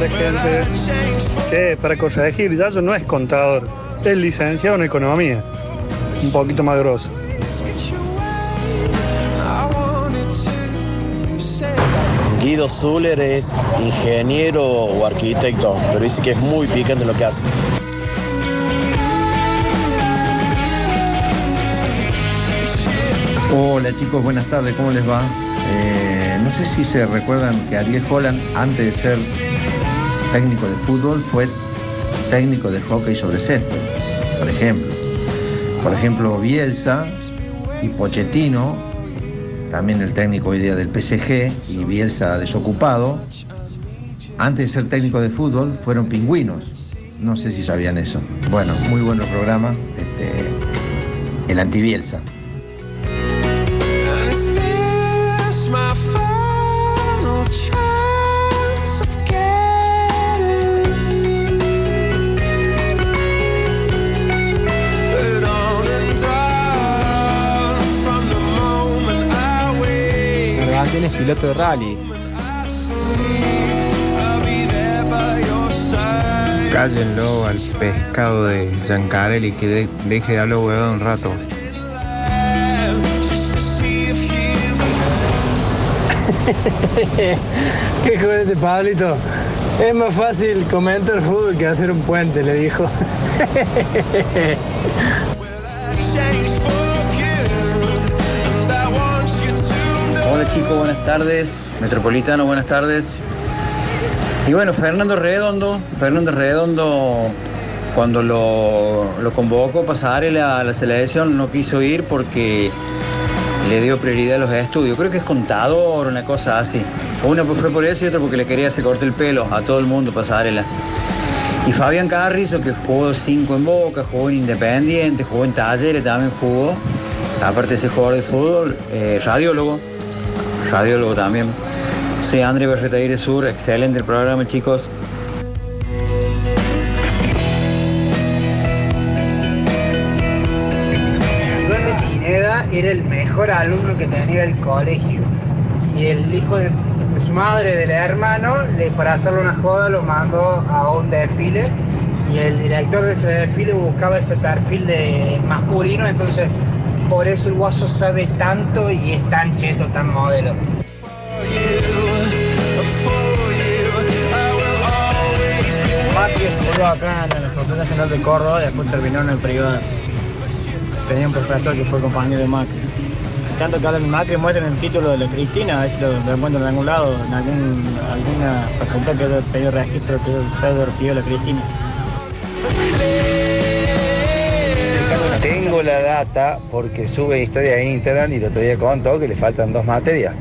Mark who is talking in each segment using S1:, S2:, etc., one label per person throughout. S1: la gente. Che, para corregir, Yayo no es contador, es licenciado en economía. Un poquito más grosso.
S2: Guido Zuller es ingeniero o arquitecto, pero dice que es muy picante lo que hace.
S3: Hola chicos, buenas tardes, ¿cómo les va? Eh, no sé si se recuerdan que Ariel Holland, antes de ser técnico de fútbol, fue técnico de hockey sobre césped, por ejemplo. Por ejemplo, Bielsa y Pochettino, también el técnico hoy día del PSG y Bielsa desocupado, antes de ser técnico de fútbol fueron pingüinos. No sé si sabían eso. Bueno, muy bueno el programa, este, el antibielsa.
S4: Garbanzini es piloto de rally.
S5: Cállenlo al pescado de Giancarelli que de- deje de hablar huevada un rato.
S6: ¿Qué joder, Pablito? Es más fácil comentar fútbol que hacer un puente, le dijo.
S7: Hola chicos, buenas tardes. Metropolitano, buenas tardes. Y bueno, Fernando Redondo, Fernando Redondo, cuando lo, lo convocó Pasarela a la selección, no quiso ir porque le dio prioridad a los estudios. Creo que es contador, una cosa así. Una fue por eso y otra porque le quería se corte el pelo a todo el mundo Pasarela. Y Fabián Carrizo, que jugó 5 en Boca, jugó en Independiente, jugó en Talleres, también jugó. Aparte de ser jugador de fútbol, eh, radiólogo. Radiólogo también. Soy André Berretaire Sur, excelente el programa, chicos.
S8: Juan de Pineda era el mejor alumno que tenía el colegio. Y el hijo de, de su madre, del hermano, le, para hacerle una joda lo mandó a un desfile. Y el director de ese desfile buscaba ese perfil de masculino, entonces por eso el guaso sabe tanto y es tan cheto, tan modelo.
S6: Mati estudió acá en la Facultad Nacional de Córdoba, después terminó en el privado. Tenía un profesor que fue compañero de Macri. Tanto que hablan de Macri, muestran el título de la Cristina, a ver si lo, lo encuentran en algún lado, en algún- alguna facultad que haya pedido registro que se haya recibido la Cristina.
S9: Tengo la data porque sube historia a Instagram y el otro día contó que le faltan dos materias.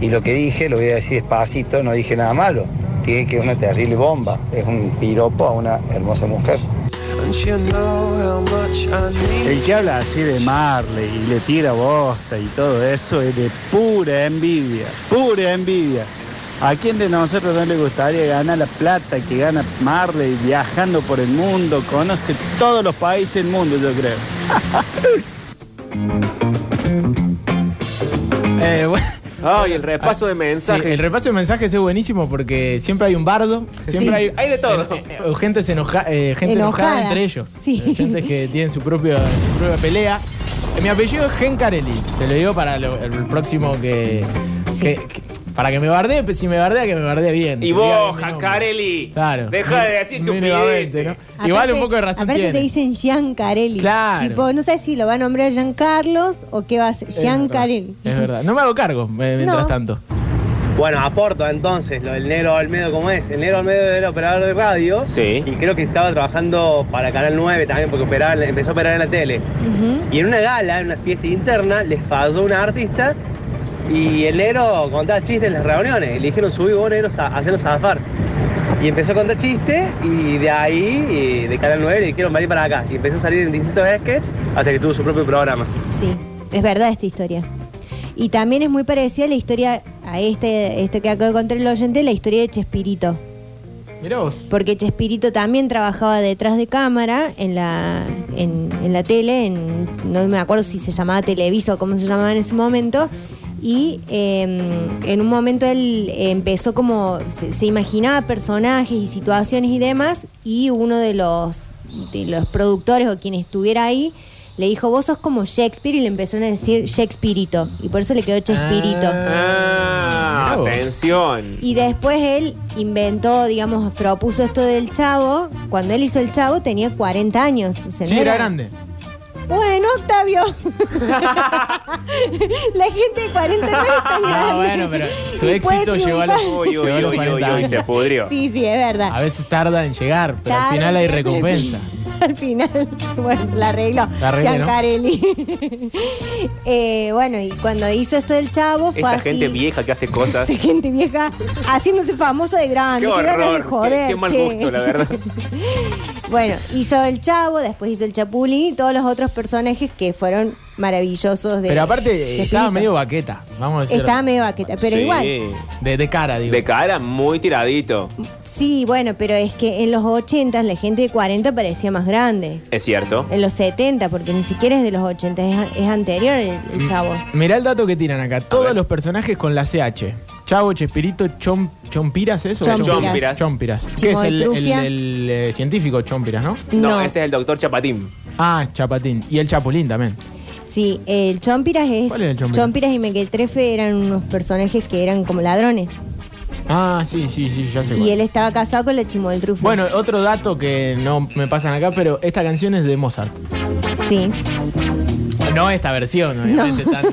S9: Y lo que dije, lo voy a decir despacito, no dije nada malo. Tiene que es una terrible bomba, es un piropo a una hermosa mujer.
S10: El que habla así de Marley y le tira bosta y todo eso es de pura envidia, pura envidia. ¿A quién de nosotros no le gustaría ganar la plata que gana Marley viajando por el mundo? Conoce todos los países del mundo, yo creo.
S11: Eh, bueno.
S12: Ay, el repaso
S11: Ah,
S12: de mensajes.
S11: Sí, el repaso de mensajes es buenísimo porque siempre hay un bardo, siempre
S12: Sí.
S11: hay,
S12: Hay de todo.
S11: eh, eh, gente se enoja, eh, gente enojada.
S13: Enojada.
S11: entre ellos,
S13: Sí.
S11: Eh, gente que tienen su propia, su propia pelea. Eh, Mi apellido es Gencarelli, te lo digo para lo- el próximo que, que- que- para que me bardee, pues, si me bardea que me bardee bien. Que
S12: Y
S11: diga
S12: vos,
S11: mi nombre.
S12: Jacarelli.
S11: Claro.
S12: Deja de decir tu
S11: Mínimamente, ¿no? Igual un poco de razón
S13: Aparte
S11: tiene.
S13: te dicen Giancarelli.
S11: Claro.
S13: Tipo, no sé si lo va a nombrar Giancarlos o qué va a ser.
S11: Es verdad,
S13: Giancarelli.
S11: Es verdad. No me hago cargo eh, mientras
S13: No.
S11: tanto.
S14: Bueno, aporto entonces lo del Negro Olmedo, ¿cómo es? El Negro Olmedo era operador de radio.
S12: Sí.
S14: Y creo que estaba trabajando para Canal 9 también, porque operaba, en la- empezó a operar en la tele. Y en una gala, en una fiesta interna, les falló una artista y el negro contaba chistes en las reuniones. Le dijeron, subí vos, negro, a hacerlo zafar. Y empezó a contar chistes y de ahí, eh, de Canal 9, le dijeron, vení para acá. Y empezó a salir en distintos sketches hasta que tuvo su propio programa.
S13: Sí, es verdad esta historia. Y también es muy parecida la historia a este, este que acabo de contar el oyente, la historia de Chespirito.
S11: Mirá vos.
S13: Porque Chespirito también trabajaba detrás de cámara en la, en, en la tele, en, no me acuerdo si se llamaba Televisa o cómo se llamaba en ese momento. y eh, en un momento él empezó como, se, se imaginaba personajes y situaciones y demás, y uno de los, de los productores o quien estuviera ahí le dijo, vos sos como Shakespeare, y le empezaron a decir Shakespeareito, y por eso le quedó Shakespeareito.
S12: Ah, atención.
S13: Y después él inventó, digamos, propuso esto del chavo. Cuando él hizo el chavo tenía 40 años. O sea,
S11: Sí,
S13: no
S11: era grande.
S13: Bueno, Octavio. La gente de 40 no es tan grande.
S11: Ah, bueno, pero su
S13: Y puede
S11: éxito llegó a los,
S13: triunfar.
S12: Uy, uy,
S11: llegó a los
S12: uy, uy,
S11: 40
S12: uy,
S11: años.
S12: se pudrió.
S13: Sí, sí, es verdad.
S11: A veces tarda en llegar, pero
S13: Tarda
S11: al final
S13: en
S11: hay
S13: llegar, pero-
S11: recompensa.
S13: Al final, bueno, la arregló.
S11: La arreglé, ¿no?
S13: Giancarelli. Eh, bueno, y cuando hizo esto del chavo, fue
S12: Esta
S13: así.
S12: gente vieja que hace cosas.
S13: Esta gente vieja haciéndose famosa de grande.
S12: Qué
S13: ganas de
S12: horror. Qué,
S13: joder,
S12: qué mal
S13: che.
S12: gusto, la verdad.
S13: Bueno, hizo el Chavo, después hizo el Chapulín y todos los otros personajes que fueron maravillosos de
S11: Pero aparte, eh,
S13: Chespirito.
S11: estaba medio vaqueta. Vamos a decir.
S13: Estaba medio vaqueta, pero
S12: Sí.
S13: igual.
S11: De, de cara, digo.
S12: De cara, muy tiradito.
S11: Ah.
S13: Sí, bueno, pero es que en los 80 la gente de 40 parecía más grande.
S12: Es cierto.
S13: En los 70, porque ni siquiera es de los 80, es, a- es anterior el, el
S11: M-
S13: Chavo.
S11: Mirá el dato que tiran acá. Todos los personajes con la CH. Chavo, Chespirito, Chom, Chompiras, ¿eso?
S13: Chompiras.
S12: Chompiras.
S11: Chompiras.
S13: Chimo
S11: ¿Qué es
S13: de
S11: el, el-
S13: Trufia.
S11: el, eh, científico Chompiras, no?
S12: No,
S13: No.
S12: ese es el doctor Chapatín.
S11: Ah, Chapatín. Y el Chapulín también.
S13: Sí, el Chompiras es.
S11: ¿Cuál es el Chompiras?
S13: Chompiras y Mequetrefe eran unos personajes que eran como ladrones.
S11: Ah, sí, sí, sí, ya sé.
S13: Y
S11: cuál.
S13: él estaba casado con la Chimoltrufia.
S11: Bueno, otro dato que no me pasan acá, pero esta canción es de Mozart.
S13: Sí.
S11: No esta versión, obviamente. tan-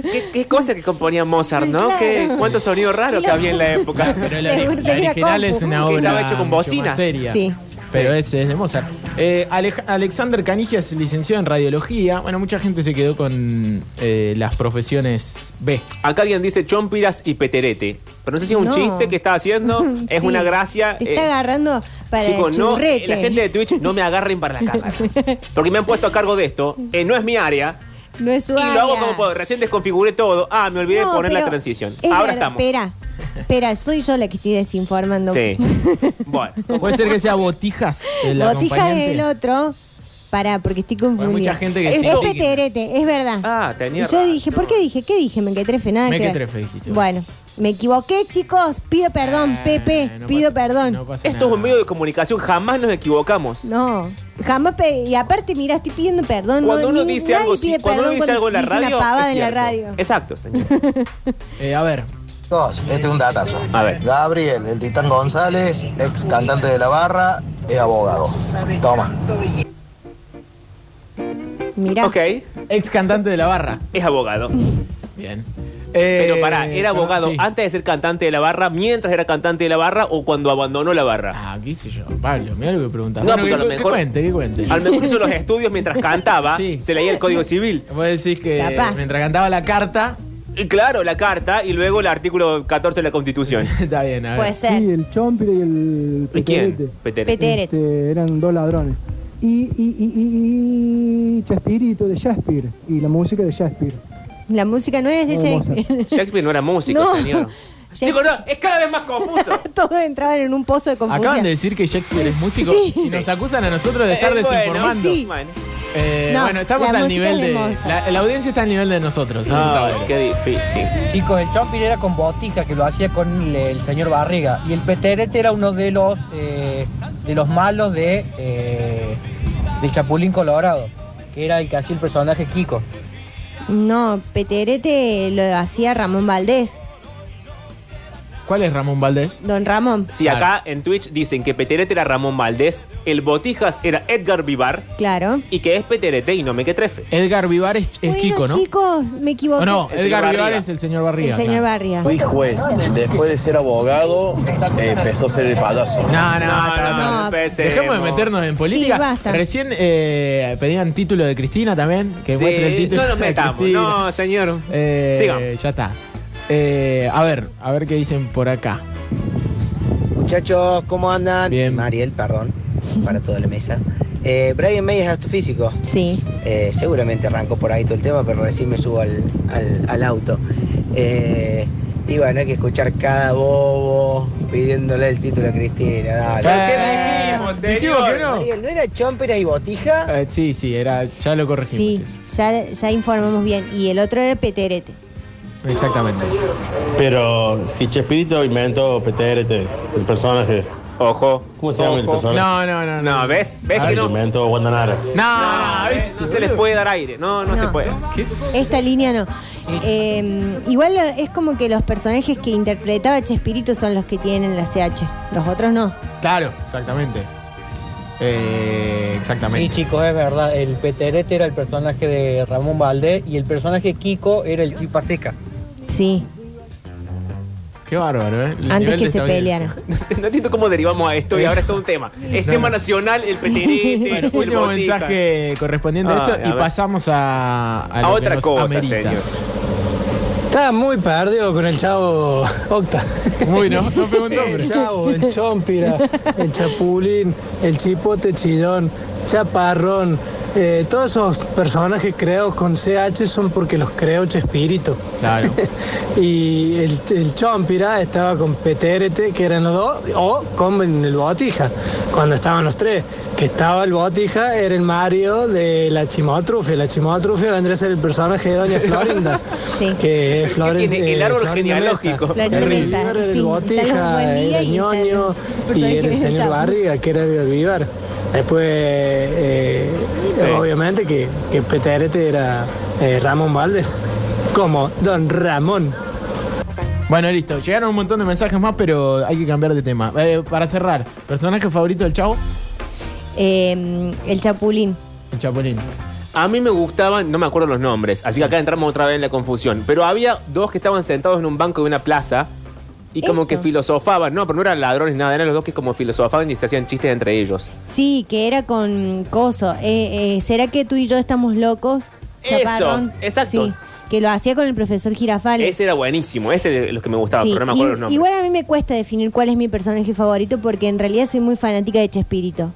S12: ¿Qué, qué cosa que componía Mozart, ¿no?
S13: Claro.
S12: ¿Qué, ¿Cuántos sonidos raros que había en la época?
S11: Pero la,
S13: Seguro
S11: ori- la
S13: tenía
S11: original
S13: compu.
S11: es una
S12: Que
S11: obra
S12: estaba hecho con
S11: mucho más
S12: bocinas.
S11: seria.
S13: Sí.
S11: Pero ese es de Mozart. Eh, Alej- Alexander Canigia es licenciado en radiología. Bueno, mucha gente se quedó con eh, las profesiones B.
S12: Acá alguien dice chompiras y peterete. Pero no sé si es un
S13: No.
S12: chiste que está haciendo, es
S13: Sí,
S12: una gracia.
S13: Te está
S12: eh,
S13: agarrando para
S12: Chicos,
S13: el
S12: no, eh,
S13: churrete.
S12: la gente de Twitch no me agarren para la cámara. Porque me han puesto a cargo de esto. eh, no es mi área.
S13: No es su
S12: Y lo hago
S13: área.
S12: como puedo. Recién desconfiguré todo. Ah, me olvidé
S13: No,
S12: de poner la
S13: pero
S12: transición.
S13: es
S12: Ahora
S13: verdad,
S12: estamos.
S13: Espera, espera, soy yo la que estoy desinformando.
S12: Sí. Bueno.
S11: Puede ser que sea Botijas el
S13: Botija
S11: acompañante.
S13: es el otro. Pará, porque estoy confundida.
S11: Hay mucha gente que
S13: es,
S11: sí.
S13: es peterete, es verdad.
S12: Ah,
S13: Y
S12: tenía
S13: yo dije, ¿por qué dije? ¿Qué dije? Me quedé nada que ver.
S11: Mequetrefe dijiste. Ah,
S13: Bueno, me equivoqué, chicos. Pido perdón, Pepe.
S11: no
S13: pido
S11: pasa-
S13: perdón.
S11: No pasa
S12: Esto es un
S11: nada.
S12: medio de comunicación. Jamás nos equivocamos.
S13: No, jamás pe- y aparte, mira, estoy pidiendo perdón.
S12: Cuando
S13: no,
S12: uno
S13: ni-
S12: dice
S13: nadie
S12: algo,
S13: pide
S12: sí, cuando uno
S13: perdón
S12: dice algo en la
S13: dice
S12: radio.
S13: una pavada
S12: es
S13: en la
S12: cierto.
S13: radio.
S12: Exacto, señor.
S11: Eh, a ver.
S15: Chicos, este es un datazo.
S12: A ver.
S15: Gabriel, el Titán González, ex cantante de La Barra, es abogado. Toma.
S13: Mirá.
S12: Ok,
S11: Ex cantante de la barra.
S12: es abogado.
S11: Bien.
S12: Pero
S11: Eh,
S12: pará, ¿era
S11: perdón,
S12: abogado
S11: sí.
S12: antes de ser cantante de la barra, mientras era cantante de la barra o cuando abandonó la barra?
S11: Ah, qué sé yo. Pablo, mira lo que preguntas.
S12: No, porque
S11: que,
S12: a lo
S11: que
S12: mejor-
S11: cuente, que cuente.
S12: Al mejor hizo los estudios mientras cantaba,
S11: Sí.
S12: se leía el Código Civil.
S11: Vos decís que
S13: Capaz.
S11: mientras cantaba la carta.
S12: Y claro, la carta y luego el artículo 14 de la Constitución.
S11: Está bien, a ver.
S13: Puede ser.
S16: Sí, el Chompire y el
S12: ¿Y quién?
S16: Peterete.
S12: Peter.
S13: Peterete.
S16: Este, eran dos ladrones. Y, y, y, y, y Chespirito de Shakespeare. Y la música de Shakespeare.
S13: La música no es de
S16: No, de
S13: Shakespeare.
S12: Shakespeare no era músico,
S13: No.
S12: señor. Chicos, no, es cada vez más confuso.
S13: Todos entraban en un pozo de confusión.
S11: Acaban de decir que Shakespeare es músico
S13: Sí.
S11: y nos acusan a nosotros de estar
S12: Eh, bueno,
S11: desinformando.
S13: Sí.
S12: bueno.
S11: Eh,
S13: No,
S11: bueno, estamos
S13: la
S11: al
S13: música
S11: nivel
S13: es de
S11: de.
S13: Mozart.
S11: la, la audiencia está al nivel de nosotros. ¿no?
S12: Ah,
S11: Está bien.
S12: qué difícil.
S17: Chicos, el Chompir era con botija, que lo hacía con el, el señor Barriga. Y el Peterete era uno de los, eh, de los malos de, eh, de Chapulín Colorado, que era el que hacía el personaje Kiko.
S13: No, Peterete lo hacía Ramón Valdés,
S11: ¿Cuál es Ramón Valdés?
S13: don Ramón.
S12: Si
S11: Claro.
S12: acá en Twitch dicen que Peterete era Ramón Valdés, el Botijas era Edgar Vivar
S13: Claro.
S12: y que es Peterete y no me que trefe.
S11: Edgar Vivar es, es
S13: bueno,
S11: Kiko, ¿no?
S13: chicos, me equivoqué.
S11: ¿O no,
S12: El
S11: Edgar
S12: señor
S11: Vivar
S12: Barriga.
S11: es el señor
S13: el
S11: Barriga.
S13: señor
S11: claro.
S13: Barriga.
S18: Fui juez. Después de ser abogado, eh, empezó a ser el payaso.
S11: No, no, está-
S12: no,
S11: está-
S12: no empecemos.
S11: Dejemos de meternos en política.
S13: Sí, basta.
S11: Recién eh, pedían título de Cristina también, que
S12: Sí,
S11: muestre el título.
S12: no nos
S11: de
S12: metamos.
S11: Cristina.
S12: No, señor.
S11: Eh,
S12: Sigamos.
S11: Ya está. Eh, a ver, a ver qué dicen por acá.
S19: Muchachos, ¿cómo andan?
S11: Bien.
S19: Mariel, perdón, para toda la mesa. Eh, Brian May es astrofísico.
S13: Sí.
S19: Eh, seguramente arrancó por ahí todo el tema, pero recién me subo al, al- al auto. Eh, y bueno, hay que escuchar cada bobo pidiéndole el título a Cristina. Dale.
S11: Claro.
S12: ¿Qué
S11: Eh,
S12: dijimos,
S11: dijimos
S12: señor?
S11: que no.
S19: Mariel, ¿no era chomperas y botija?
S11: Eh, sí, sí, era, ya lo corregimos.
S13: Sí,
S11: eso.
S13: ya, ya informamos bien. Y el otro era Peterete.
S11: Exactamente.
S20: Pero si Chespirito inventó PTRT, el personaje.
S12: Ojo.
S20: ¿Cómo se llama el
S12: Ojo.
S20: personaje?
S12: No, no, no. No, ¿ves? ¿Ves que
S20: El
S12: no?
S20: inventó Guandanara.
S12: No, ¿ves? no se les puede dar aire. No, no, se puede.
S13: Esta línea no. Eh, igual es como que los personajes que interpretaba Chespirito son los que tienen la CH. Los otros no.
S11: Claro, exactamente. Eh,
S17: Sí,
S11: exactamente.
S17: chicos, es verdad. El Peterete era el personaje de Ramón Valdés y el personaje Kiko era el Chipa Seca.
S13: Sí.
S11: Qué bárbaro, ¿eh? El
S13: Antes
S11: nivel
S13: que
S11: de
S13: se
S11: estabilidad.
S13: pelearan.
S12: No, sé, no entiendo cómo derivamos a esto y ahora es todo un tema. Es tema nacional, el peterete.
S11: Bueno,
S12: el
S11: último
S12: botica.
S11: mensaje correspondiente
S12: Ah,
S11: a
S12: a
S11: esto y
S12: ver.
S11: pasamos a,
S12: A
S11: lo que
S12: otra
S11: nos
S12: cosa,
S11: amerita.
S12: señor.
S6: Está muy perdido con el chavo Octa.
S11: Muy, ¿no? No pegó un nombre.
S6: El chavo, el chompira, el chapulín, el chipote chillón, chaparrón. eh, todos esos personajes creados con CH son porque los creó Chespirito.
S11: Claro.
S6: y el, el chompira estaba con Peterete, que eran los dos, o con el botija, cuando estaban los tres. Que estaba el botija, era el Mario de la chimotrufia. La chimotrufia vendría a ser el personaje de Doña Florinda. Que es Florencia.
S12: tiene el árbol
S6: Florinda
S12: genealógico.
S6: Mesa.
S12: Florinda
S6: El
S12: Mesa,
S6: Vivar,
S12: sí.
S6: el
S12: Danos buen
S6: Botija,
S12: día
S6: el
S12: y
S6: Ñoño
S12: tal.
S6: y
S12: Porque
S6: era
S12: es
S6: el
S12: el
S6: señor
S12: chavo.
S6: Barriga, que era de Vivar. Después, eh,
S12: Sí.
S6: obviamente, que, que Peterete era eh, Ramón Valdés. Como Don Ramón.
S11: Bueno, listo. Llegaron un montón de mensajes más, pero hay que cambiar de tema. Eh, para cerrar, ¿personaje favorito del chavo?
S13: Eh, el Chapulín.
S11: El Chapulín.
S12: A mí me gustaban, no me acuerdo los nombres, así que acá entramos otra vez en la confusión. Pero había dos que estaban sentados en un banco de una plaza y como que filosofaban. No, pero no eran ladrones, nada, eran los dos que como filosofaban y se hacían chistes entre ellos.
S13: Sí, que era con Coso. Eh, eh, ¿Será que tú y yo estamos locos?
S12: Esos,
S13: Chaparrón.
S12: exacto.
S13: Sí, que lo hacía con el profesor Girafales.
S12: Ese era buenísimo, ese de los que me gustaba,
S13: Sí,
S12: pero no me acuerdo
S13: y-
S12: los nombres.
S13: Igual a mí me cuesta definir cuál es mi personaje favorito porque en realidad soy muy fanática de Chespirito.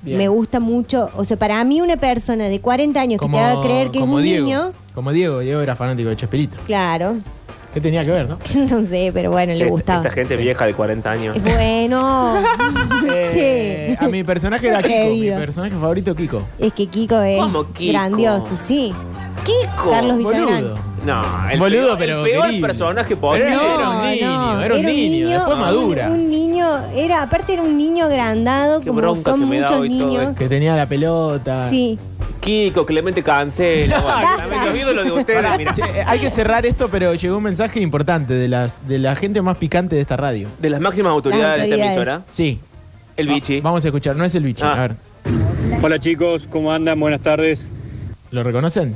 S11: Bien.
S13: Me gusta mucho. O sea, para mí una persona de 40 años que te haga creer que es
S11: como
S13: un
S11: Diego.
S13: niño,
S11: Como Diego, Diego era fanático de Chespirito.
S13: claro.
S11: ¿Qué tenía que ver, no?
S13: No sé, pero bueno,
S12: Che,
S13: le gustaba. Eh,
S12: Esta gente vieja de 40 años.
S13: Bueno, che.
S11: Eh, a mi personaje era Kiko. Mi
S13: Querido.
S11: personaje favorito, Kiko.
S13: Es que Kiko es
S11: ¿Cómo Kiko?
S13: grandioso, sí.
S12: Kiko.
S13: Carlos Villagrán.
S11: Boludo.
S12: No, el
S11: Boludo,
S12: peor,
S11: pero
S12: el peor
S11: querible.
S12: personaje posible.
S11: Pero era un niño, era un niño, después
S13: un-
S11: madura.
S13: Un, niño, era, aparte era un niño agrandado,
S12: Qué
S13: como
S12: bronca
S13: son
S12: que me da
S13: muchos
S12: hoy todo
S13: niños.
S12: esto.
S11: Que tenía la pelota.
S13: Sí.
S12: Ah. Kiko, Clemente Cancela. bueno, también los ídolos de ustedes,
S11: Pará,
S12: Ah, mira.
S11: che, eh, Hay que cerrar esto, pero llegó un mensaje importante de las de la gente más picante de esta radio.
S12: De las máximas autoridades de esta emisora.
S11: Sí.
S12: El bichi.
S11: Vamos a escuchar, no es el bichi.
S12: Ah.
S11: A ver,
S2: Hola chicos, ¿cómo andan? Buenas tardes.
S11: ¿lo reconocen?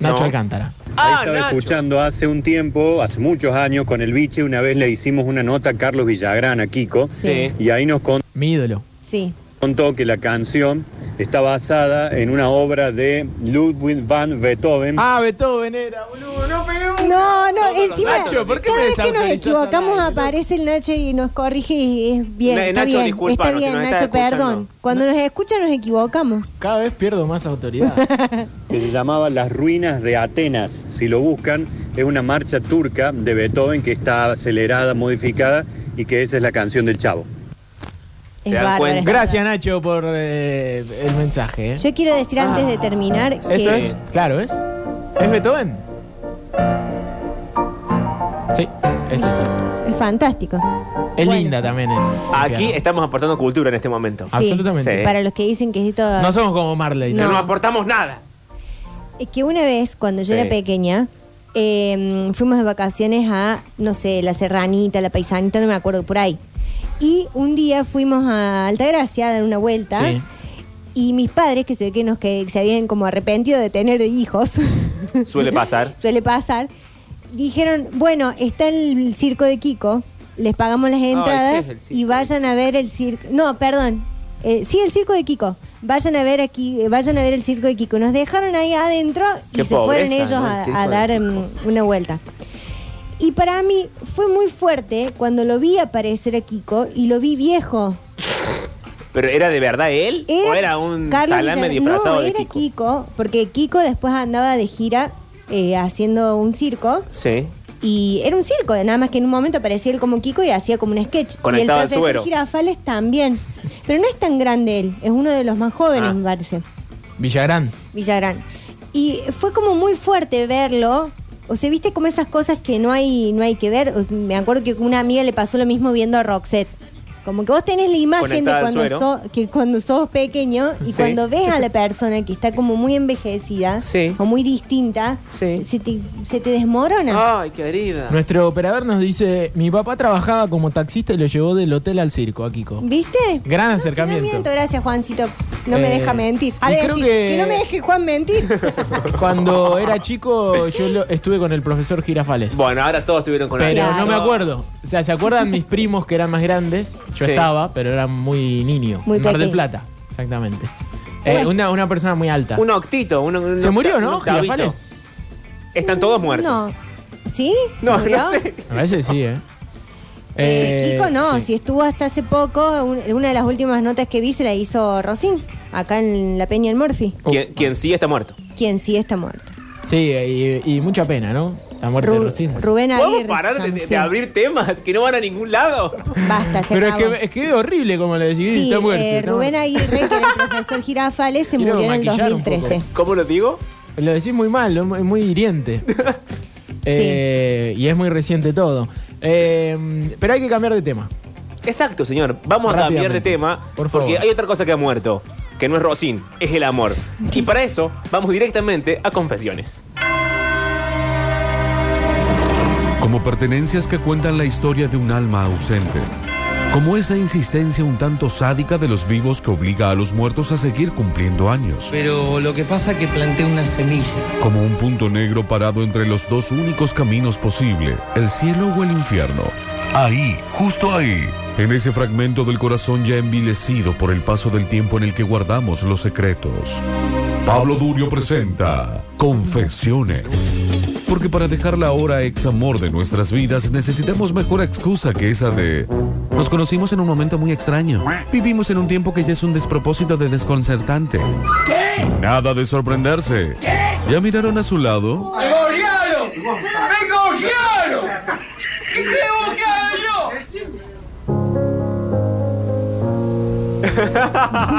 S11: Nacho
S2: No.
S11: Alcántara.
S2: Ahí estaba escuchando hace un tiempo, hace muchos años, con el biche, una vez le hicimos una nota a Carlos Villagrán, a Kiko,
S13: Sí.
S2: y ahí nos contó.
S11: Mi ídolo.
S13: Sí.
S2: contó que la canción está basada en una obra de Ludwig van Beethoven.
S11: Ah, Beethoven era, boludo. No pegué un-
S13: No, no,
S11: Todos los
S13: encima.
S11: Nacho, ¿por qué
S13: cada
S11: me
S13: vez que nos
S11: desautorizás al
S13: equivocamos aparece el Nacho y nos corrige y es bien.
S12: Eh,
S11: Na-
S13: está
S11: Nacho,
S13: bien,
S11: disculpa,
S13: está
S11: no, si
S13: bien,
S11: nos está
S13: Nacho,
S11: escuchando.
S13: perdón. Cuando nos escuchan nos equivocamos.
S11: Cada vez pierdo más autoridad.
S2: que se llamaba Las Ruinas de Atenas. Si lo buscan, es una marcha turca de Beethoven que está acelerada, modificada y que esa es la canción del Chavo.
S13: Es bárbaro, es
S11: Gracias, Nacho, por eh, el mensaje. ¿eh?
S13: Yo quiero decir antes de terminar que.
S11: Ah, Eso es, claro, ¿es? ¿Es Beethoven? Sí, es esa.
S13: Es fantástico.
S11: Es linda también. eh. el
S12: Aquí
S11: piano.
S12: estamos aportando cultura en este momento.
S13: Sí, Para los que dicen que esto.
S11: No somos como Marley.
S12: No,
S13: No.
S12: no aportamos nada.
S13: Es que una vez, cuando yo
S12: Sí.
S13: era pequeña, eh, fuimos de vacaciones a, no sé, la Serranita, la Paisanita, no me acuerdo, por ahí. Y un día fuimos a Altagracia a dar una vuelta.
S11: Sí.
S13: Y mis padres, que se ve que, nos, que se habían como arrepentido de tener hijos,
S12: Suele pasar.
S13: suele pasar, dijeron, bueno, está el circo de Kiko, les pagamos las entradas
S12: ese Ah, este es el circo.
S13: y vayan a ver el circo. No, perdón. Eh, sí, el circo de Kiko. Vayan a ver aquí, eh, vayan a ver el circo de Kiko. Nos dejaron ahí adentro y
S12: Qué
S13: se
S12: pobreza,
S13: fueron ellos
S12: ¿no? El
S13: a-
S12: circo
S13: a,
S12: de
S13: dar em, una vuelta. Y para mí fue muy fuerte cuando lo vi aparecer a Kiko y lo vi viejo.
S12: ¿Pero era de verdad él? ¿O era un
S13: Carlos
S12: salame
S13: Villar-
S12: disfrazado
S13: no,
S12: de
S13: era
S12: Kiko?
S13: porque Kiko después andaba de gira eh, haciendo un circo.
S12: Sí.
S13: Y era un circo, nada más que en un momento aparecía él como Kiko y hacía como un sketch.
S12: Conectaba al
S13: y el profesor
S12: suero.
S13: Girafales también. Pero no es tan grande él, es uno de los más jóvenes,
S11: Ah.
S13: me parece,
S11: Villagrán.
S13: Villagrán. Y fue como muy fuerte verlo O sea, viste como esas cosas que no hay, no hay que ver. O sea, me acuerdo que una amiga le pasó lo mismo viendo a Roxette. Como que vos tenés la imagen
S12: Conectada al
S13: de
S12: suero.
S13: cuando, so- que cuando sos pequeño y
S12: Sí.
S13: cuando ves a la persona que está como muy envejecida o muy distinta, se, te, se te desmorona.
S12: Ay, qué herida.
S11: Nuestro operador nos dice, mi papá trabajaba como taxista y lo llevó del hotel al circo, a Kiko.
S13: ¿Viste?
S11: Gran
S13: No, si no
S11: acercamiento.
S13: miento, gracias, Juancito. No me
S11: Eh,
S13: deja mentir.
S11: y
S13: Ahora
S11: creo
S13: decir,
S11: que-
S13: que... no me deje Juan mentir.
S11: Cuando era chico, yo lo- estuve con el profesor Girafales.
S12: Bueno, ahora todos estuvieron con
S11: Pero
S12: alguien.
S11: no me acuerdo. O sea, ¿se acuerdan mis primos que eran más grandes? Yo
S12: Sí.
S11: estaba, pero era muy niño.
S12: Muy
S11: en Mar del
S12: pequeño.
S11: Plata, exactamente. Eh, una, una persona muy alta.
S12: Un octito. Un, un
S11: Se
S12: octa-
S11: murió,
S12: un
S11: ¿no,
S12: octavito.
S11: Girafales?
S12: Están todos muertos.
S13: No. ¿Sí? ¿Se
S12: No, no
S13: murió?
S12: sé.
S11: A veces sí, ¿eh?
S13: Eh,
S11: Eh,
S13: Kiko no,
S11: sí.
S13: si estuvo hasta hace poco, un- una de las últimas notas que vi se la hizo Rosín, acá en la Peña del Murphy,
S12: Quien,
S11: Oh.
S12: quien sí está muerto.
S13: quien sí está muerto.
S11: Sí, y, y mucha pena, ¿no? La muerte de Rocín.
S13: Rubén
S12: ¿Podemos
S13: Aguirre.
S12: parar
S13: se
S12: de,
S13: llama,
S12: de
S13: sí.
S12: abrir temas que no van a ningún lado?
S13: Basta, se
S11: Pero es
S13: acabó.
S11: que, es que es horrible como le decís,
S13: Sí,
S11: está muerto.
S13: eh,
S11: está
S13: Rubén
S11: muerto.
S13: Aguirre, que era el profesor Girafales, se
S11: Quiero
S13: murió en el
S11: maquillar un poco.
S13: 2013.
S12: ¿Cómo lo digo?
S11: Lo decís muy mal, lo- es muy hiriente. Eh, y es muy reciente todo. Eh, pero hay que cambiar de tema.
S12: Exacto, señor. Vamos a cambiar de
S11: Rápidamente,
S12: tema.
S11: por favor.
S12: porque hay otra cosa que ha muerto, que no es Rosín, es el amor. Y para eso, vamos directamente a confesiones.
S21: como pertenencias que cuentan la historia de un alma ausente, como esa insistencia un tanto sádica de los vivos que obliga a los muertos a seguir cumpliendo años,
S22: Pero lo que pasa es que planté una semilla.
S21: como un punto negro parado entre los dos únicos caminos posible, el cielo o el infierno. Ahí, justo ahí, en ese fragmento del corazón ya envilecido por el paso del tiempo en el que guardamos los secretos. Pablo Durio presenta Confesiones. Porque para dejar la hora ex amor de nuestras vidas necesitamos mejor excusa que esa de nos conocimos en un momento muy extraño. Vivimos en un tiempo que ya es un despropósito de desconcertante. ¿Qué? Nada de sorprenderse. ¿Ya miraron a su lado?
S23: ¡Me golpearon! ¡Me golpearon! ¿Qué tengo que hacer yo?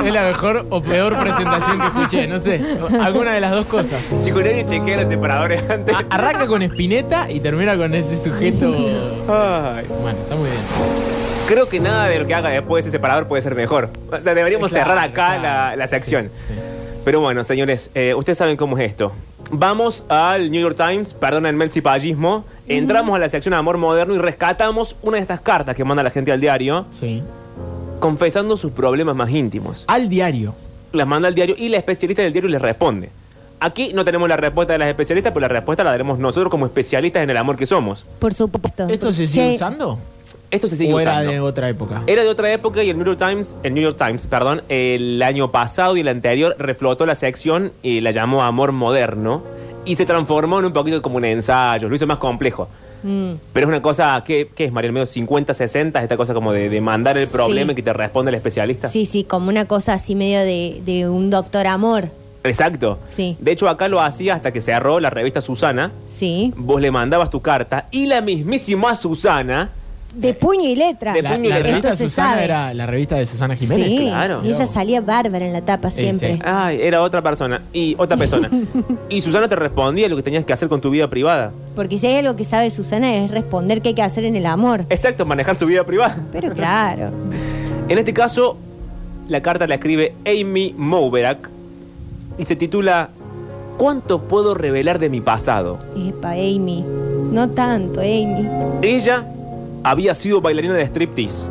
S11: es la mejor o peor presentación que escuché, no sé. Alguna de las dos cosas.
S12: Chicos, nadie chequea los separadores antes.
S11: arranca con Espineta y termina con ese sujeto. Bueno, está muy bien.
S12: Creo que nada de lo que haga después ese separador puede ser mejor. O sea, deberíamos
S11: Claro,
S12: cerrar acá
S11: claro,
S12: la, la sección. Pero bueno, señores, eh, ustedes saben cómo es esto. Vamos al New York Times, perdónenme el cipallismo. Entramos a la sección Amor Moderno y rescatamos una de estas cartas que manda la gente al diario.
S11: Sí.
S12: Confesando sus problemas más íntimos.
S11: Al diario.
S12: Las manda al diario y la especialista del diario les responde. Aquí no tenemos la respuesta de las especialistas, pero la respuesta la daremos nosotros como especialistas en el amor que somos.
S13: Por supuesto.
S11: ¿Esto se sigue
S13: Sí.
S11: usando?
S12: Esto se sigue
S11: ¿O
S12: usando.
S11: era
S12: Eh,
S11: de otra época?
S12: Era de otra época y el New York Times, el New York Times, perdón, el año pasado y el anterior reflotó la sección y la llamó Amor Moderno y se transformó en un poquito como un ensayo, lo hizo más complejo. Pero es una cosa, ¿qué, qué es, María? medio 50, 60, esta cosa como de, de mandar el
S13: Sí.
S12: problema y que te responde el especialista.
S13: Sí, sí, como una cosa así medio de, de un doctor amor.
S12: Exacto.
S13: Sí,
S12: De hecho, acá lo hacía hasta que se cerró la revista Susana.
S13: sí.
S12: Vos le mandabas tu carta y la mismísima Susana
S13: De puño y letra.
S12: De
S11: La,
S12: puño y
S11: la
S12: letra.
S11: revista
S13: Esto se
S11: Susana
S13: sabe.
S11: era la revista de Susana Jiménez.
S13: sí,
S12: claro. Ah.
S13: y ella salía bárbara en la tapa siempre.
S12: Ay, era otra persona. Y otra persona. y Susana te respondía lo que tenías que hacer con tu vida privada.
S13: Porque si hay algo que sabe Susana es responder qué hay que hacer en el amor.
S12: Exacto, manejar su vida privada.
S13: Pero claro.
S12: En este caso, la carta la escribe Amy Mouberak y se titula ¿Cuánto puedo revelar de mi pasado?
S13: Epa, Amy. No tanto, Amy.
S12: Ella había sido bailarina de striptease.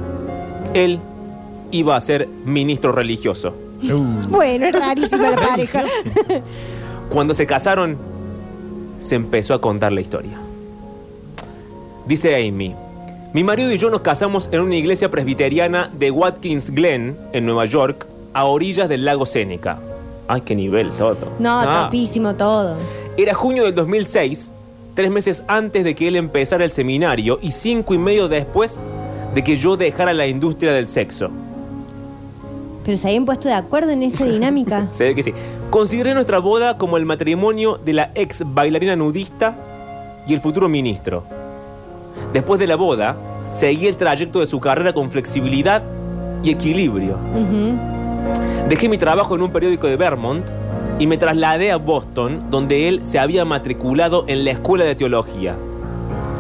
S12: Él iba a ser ministro religioso. Uh.
S13: Bueno, es rarísima la pareja.
S12: Cuando se casaron, se empezó a contar la historia. Dice Amy, mi marido y yo nos casamos en una iglesia presbiteriana de Watkins Glen, en Nueva York, a orillas del lago Seneca. Ay, qué nivel todo.
S13: No,
S12: Ah.
S13: topísimo todo.
S12: Era junio del 2006, tres meses antes de que él empezara el seminario y cinco y medio después de que yo dejara la industria del sexo.
S13: Pero se habían puesto de acuerdo en esa dinámica.
S12: Se ve que sí. Consideré nuestra boda como el matrimonio de la ex bailarina nudista y el futuro ministro. Después de la boda, seguí el trayecto de su carrera con flexibilidad y equilibrio.
S13: Ujú.
S12: Dejé mi trabajo en un periódico de Vermont y me trasladé a Boston, donde él se había matriculado en la escuela de teología.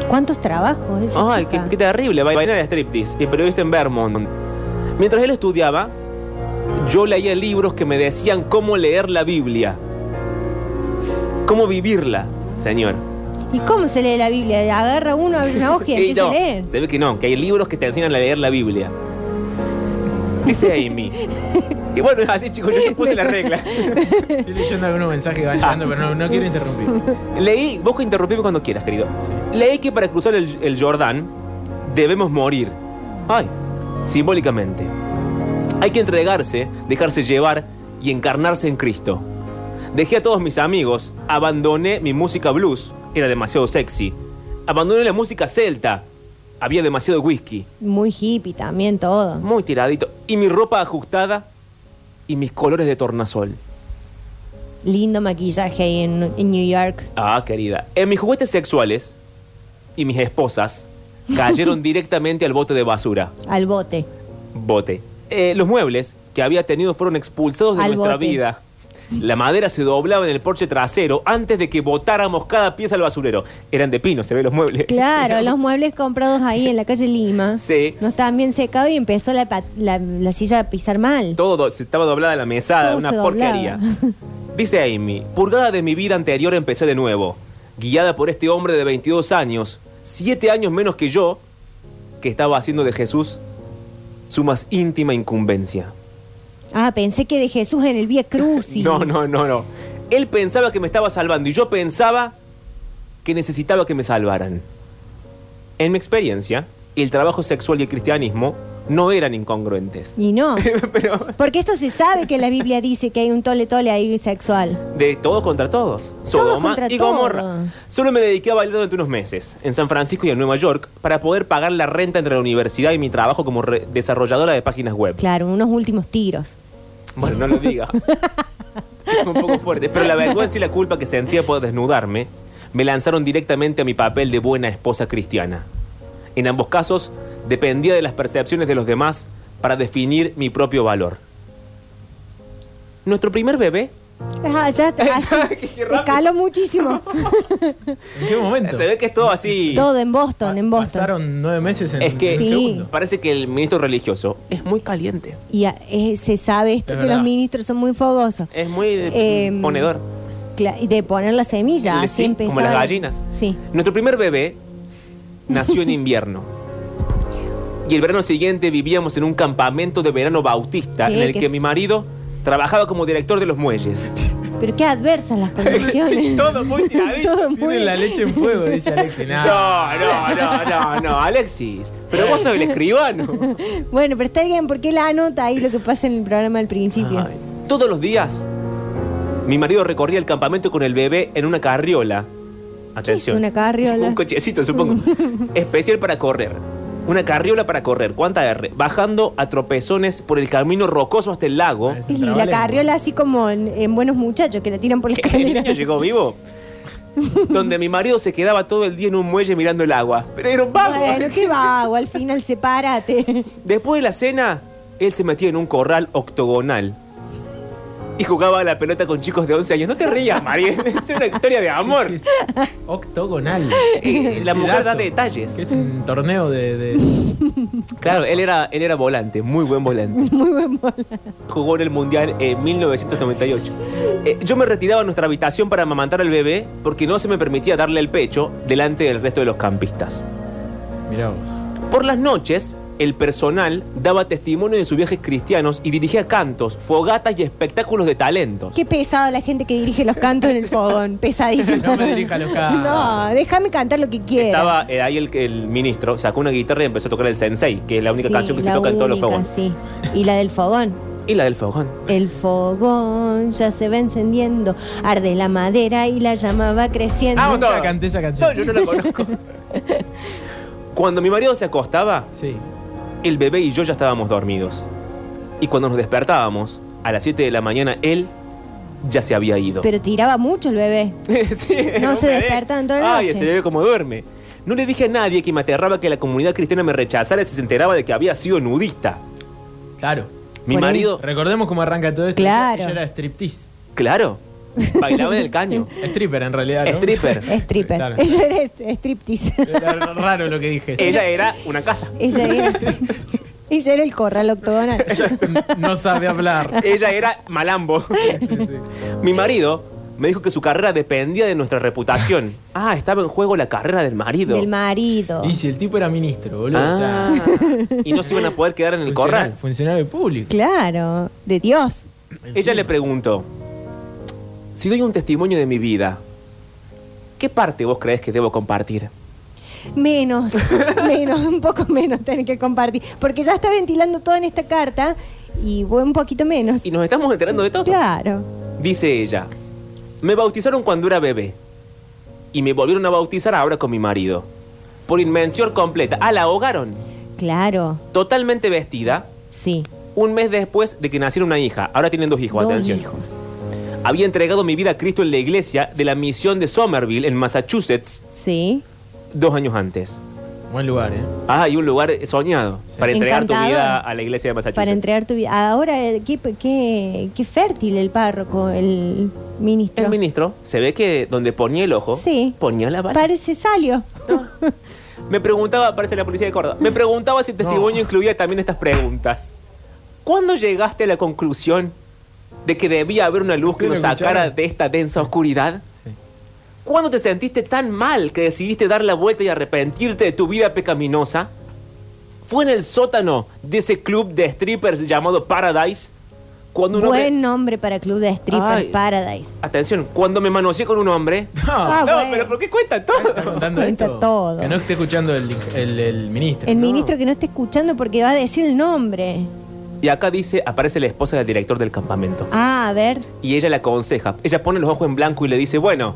S13: ¿Cuántos trabajos? esa
S12: Ay, qué,
S13: chica?
S12: qué terrible. Vaina de striptease y periodista en Vermont. Mientras él estudiaba, yo leía libros que me decían cómo leer la Biblia. Cómo vivirla, señor.
S13: ¿Y cómo se lee la Biblia? Agarra uno, abre una hoja y
S12: Y
S13: empieza
S12: no,
S13: a leer.
S12: se ve que no, que hay libros que te enseñan a leer la Biblia. Dice Amy. y bueno, es así, chicos, yo te puse la regla.
S11: Estoy leyendo algunos mensajes que van llegando, pero no, no quiero interrumpir.
S12: Leí, vos interrumpime cuando quieras, querido. Leí que para cruzar el, el Jordán debemos morir. Ay, simbólicamente. Hay que entregarse, dejarse llevar y encarnarse en Cristo. Dejé a todos mis amigos, abandoné mi música blues, era demasiado sexy. Abandoné la música celta, había demasiado whisky,
S13: Muy hippie también todo.
S12: muy tiradito, y mi ropa ajustada y mis colores de tornasol.
S13: Lindo maquillaje ahí en, en New York.
S12: Ah, querida. En mis juguetes sexuales y mis esposas cayeron directamente al bote de basura.
S13: Al bote.
S12: Bote. Eh, los muebles que había tenido fueron expulsados de
S13: Al
S12: nuestra
S13: bote.
S12: vida. La madera se doblaba en el porche trasero antes de que botáramos cada pieza al basurero. Eran de pino, se ven los muebles.
S13: Claro, los muebles comprados ahí en la calle Lima.
S12: Sí.
S13: No estaban bien secados y empezó la, pa- la- la silla a pisar mal.
S12: Todo do- se estaba doblada la mesada,
S13: Todo
S12: Ah, una
S13: se doblaba.
S12: porquería. Dice Amy, purgada de mi vida anterior empecé de nuevo, guiada por este hombre de 22 años, 7 años menos que yo, que estaba haciendo de Jesús su más íntima incumbencia.
S13: Ah, pensé que de Jesús en el Vía Crucis.
S12: No, no, no, no. Él pensaba que me estaba salvando y yo pensaba que necesitaba que me salvaran. En mi experiencia, el trabajo sexual y el cristianismo no eran incongruentes.
S13: Y no. Porque esto se sabe que la Biblia dice que hay un tole tole ahí sexual.
S12: De todos contra todos. Sodoma
S13: contra
S12: y Gomorra.
S13: todo.
S12: Solo me dediqué a bailar durante unos meses, en San Francisco y en Nueva York, para poder pagar la renta entre la universidad y mi trabajo como re- desarrolladora de páginas web.
S13: Claro, unos últimos tiros.
S12: Bueno, no lo digas. Fue un poco fuerte. Pero la vergüenza y la culpa que sentía por desnudarme me lanzaron directamente a mi papel de buena esposa cristiana. En ambos casos, dependía de las percepciones de los demás para definir mi propio valor. Nuestro primer bebé
S13: Ah, ya está. Escaló muchísimo.
S11: ¿En qué momento?
S12: Se ve que es todo así.
S13: Todo en Boston, en Boston.
S11: Pasaron nueve meses en
S12: Es que
S13: Sí. segundo.
S12: parece que el ministro religioso es muy caliente.
S13: Y ah, eh, se sabe esto,
S12: Es
S13: que
S12: verdad.
S13: los ministros son muy fogosos.
S12: Es muy eh,
S13: Em,
S12: ponedor.
S13: Cla- y de poner la semilla,
S12: Sí,
S13: así empezó.
S12: como las gallinas.
S13: Sí.
S12: Nuestro primer bebé nació en invierno. Y el verano siguiente vivíamos en un campamento de verano bautista
S13: ¿Qué?
S12: en el
S13: ¿Qué?
S12: que mi marido trabajaba como director de los muelles.
S13: Pero qué adversas las condiciones.
S12: Sí, todo muy tiradito.
S13: Todo muy-
S11: Tiene la leche en fuego, dice Alexi.
S12: No,
S11: Nada.
S12: no, no, no, no, Alexis. Pero vos sos el escribano.
S13: Bueno, pero está bien, porque él anota ahí lo que pasa en el programa al principio.
S12: Todos los días, mi marido recorría el campamento con el bebé en una carriola.
S13: es
S12: Atención.
S13: una carriola.
S12: Un cochecito, supongo. Especial para correr. Una carriola para correr. ¿Cuánta R? Bajando a tropezones por el camino rocoso hasta el lago.
S13: Y la carriola así como en, en Buenos Muchachos, que la tiran por la
S12: El
S13: escalera.
S12: niño llegó vivo. Donde mi marido se quedaba todo el día en un muelle mirando el agua. Pero era un vago.
S13: Bueno, qué vago, al final sepárate.
S12: Después de la cena, él se metía en un corral octogonal. Y jugaba a la pelota con chicos de 11 años. No te rías, María. Es una historia de amor.
S11: Octogonal.
S12: Eh, La
S11: Ese
S12: mujer da
S11: dato.
S12: detalles.
S11: Que es un torneo de. de-
S12: Claro, él era, él era volante, muy buen volante.
S13: Muy buen bola.
S12: Jugó en el Mundial en 1998. Eh, yo me retiraba a nuestra habitación para amamantar al bebé porque no se me permitía darle el pecho delante del resto de los campistas.
S11: Mirá vos.
S12: Por las noches, el personal daba testimonio de sus viajes cristianos y dirigía cantos, fogatas y espectáculos de talentos.
S13: Qué pesado la gente que dirige los cantos en el fogón. Pesadísimo.
S12: No me dirija los cantos.
S13: No, déjame cantar lo que quiera.
S12: Estaba eh, ahí el, el ministro, sacó una guitarra y empezó a tocar el Sensei, que es la única
S13: Sí,
S12: canción que se
S13: la
S12: toca en todos los
S13: única,
S12: fogones.
S13: sí. Y la del fogón.
S12: Y la del fogón.
S13: El fogón ya se va encendiendo, arde la madera y la llama va creciendo.
S12: Vamos todos.
S11: Canté esa canción.
S12: yo no la conozco. Cuando mi marido se acostaba, el bebé y yo ya estábamos dormidos. Y cuando nos despertábamos, a las 7 de la mañana, él ya se había ido.
S13: Pero tiraba mucho el bebé. no se despertaban toda la
S12: Ay, ese
S13: noche.
S12: bebé como duerme. No le dije a nadie que me aterraba que la comunidad cristiana me rechazara si se enteraba de que había sido nudista.
S11: Claro.
S12: Mi marido-
S11: Recordemos cómo arranca todo esto.
S13: Claro.
S11: Ella era striptease.
S12: Claro. Bailaba en el caño.
S11: Stripper, en realidad. ¿no?
S12: Stripper.
S13: Stripper.
S11: Claro.
S13: Ella era est- striptease.
S11: Era raro lo que dije.
S12: Ella era una casa.
S13: Ella era, ella era el corral octogonal.
S11: No sabe hablar.
S12: Ella era malambo. Mi marido me dijo que su carrera dependía de nuestra reputación. Ah, estaba en juego la carrera del marido.
S13: Del marido.
S11: Y si el tipo era ministro, boludo. o sea,
S12: Ah, y no se iban a poder quedar en
S11: funcionario-
S12: el corral.
S11: Funcionario público.
S13: Claro, de Dios.
S12: Ella le preguntó, si doy un testimonio de mi vida, ¿qué parte vos crees que debo compartir?
S13: Menos, menos, un poco menos tener que compartir. Porque ya está ventilando todo en esta carta y voy un poquito menos.
S12: Y nos estamos enterando de todo.
S13: Claro.
S12: Dice ella, me bautizaron cuando era bebé y me volvieron a bautizar ahora con mi marido. Por invención completa. Ah, la ahogaron.
S13: Claro,
S12: Totalmente vestida.
S13: sí.
S12: Un mes después de que naciera una hija. Ahora tienen dos hijos,
S13: Dos
S12: atención.
S13: hijos.
S12: Había entregado mi vida a Cristo en la iglesia de la misión de Somerville, en Massachusetts,
S13: Sí.
S12: dos años antes.
S11: Buen lugar, ¿eh?
S12: Ah, y un lugar soñado para entregar tu
S13: Encantador.
S12: vida a la iglesia de Massachusetts.
S13: Para entregar tu vida. Ahora, eh, qué, qué, qué fértil el párroco, el ministro.
S12: El ministro se ve que donde ponía el ojo,
S13: Sí.
S12: ponía la bala.
S13: Parece salio.
S12: Me preguntaba, parece la policía de Córdoba, me preguntaba si el testimonio incluía también estas preguntas. ¿Cuándo llegaste a la conclusión de que debía haber una luz que
S11: lo
S12: nos sacara
S11: escucharon?
S12: de esta densa oscuridad? ¿Cuándo te sentiste tan mal que decidiste dar la vuelta y arrepentirte de tu vida pecaminosa? ¿Fue en el sótano de ese club de strippers llamado Paradise? Cuando un hombre-
S13: Buen nombre para Club de Strippers
S12: Ay.
S13: Paradise.
S12: Atención, cuando me manoseé con un hombre.
S13: Ah,
S12: no,
S13: bueno.
S12: pero ¿por qué cuenta todo?
S11: Contando
S13: Cuenta
S12: Oh,
S11: esto,
S13: todo.
S11: Que no esté escuchando el, el- el ministro.
S13: El ministro que no esté escuchando porque va a decir el nombre.
S12: Y acá dice, aparece la esposa del director del campamento.
S13: Ah, a ver.
S12: Y ella le aconseja. Ella pone los ojos en blanco y le dice, bueno,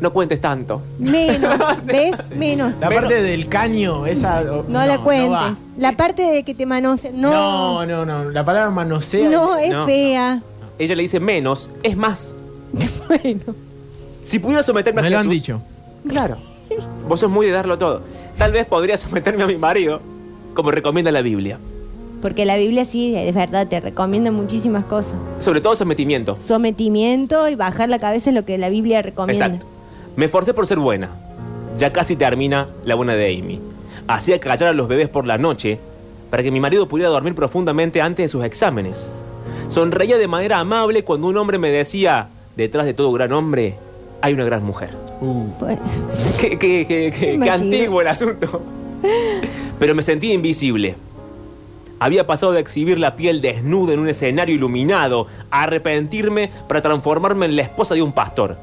S12: no cuentes tanto.
S13: Menos, ¿ves? Menos.
S11: La parte del caño, esa. o-
S13: No, la
S11: no va.
S13: cuentes. la parte de que te manose. No.
S11: No, no, no. La palabra manosea.
S13: No, es
S12: No.
S13: fea.
S12: Ella le dice, menos es más.
S13: Bueno.
S12: Si pudiera someterme a
S11: Me lo han
S12: Jesús,
S11: dicho.
S12: Claro. Vos sos muy de darlo todo. Tal vez podría someterme a mi marido, como recomienda la Biblia.
S13: Porque la Biblia sí, es verdad, te recomienda muchísimas cosas.
S12: Sobre todo sometimiento.
S13: Sometimiento y bajar la cabeza es lo que la Biblia recomienda.
S12: Exacto. Me esforcé por ser buena. Ya casi termina la buena de Amy. Hacía callar a los bebés por la noche para que mi marido pudiera dormir profundamente antes de sus exámenes. Sonreía de manera amable cuando un hombre me decía, detrás de todo gran hombre hay una gran mujer.
S11: Uh.
S13: Bueno,
S12: Qué, qué- qué- qué- qué
S13: machismo.
S12: antiguo el asunto. Pero me sentí invisible. Había pasado de exhibir la piel desnuda en un escenario iluminado a arrepentirme para transformarme en la esposa de un pastor.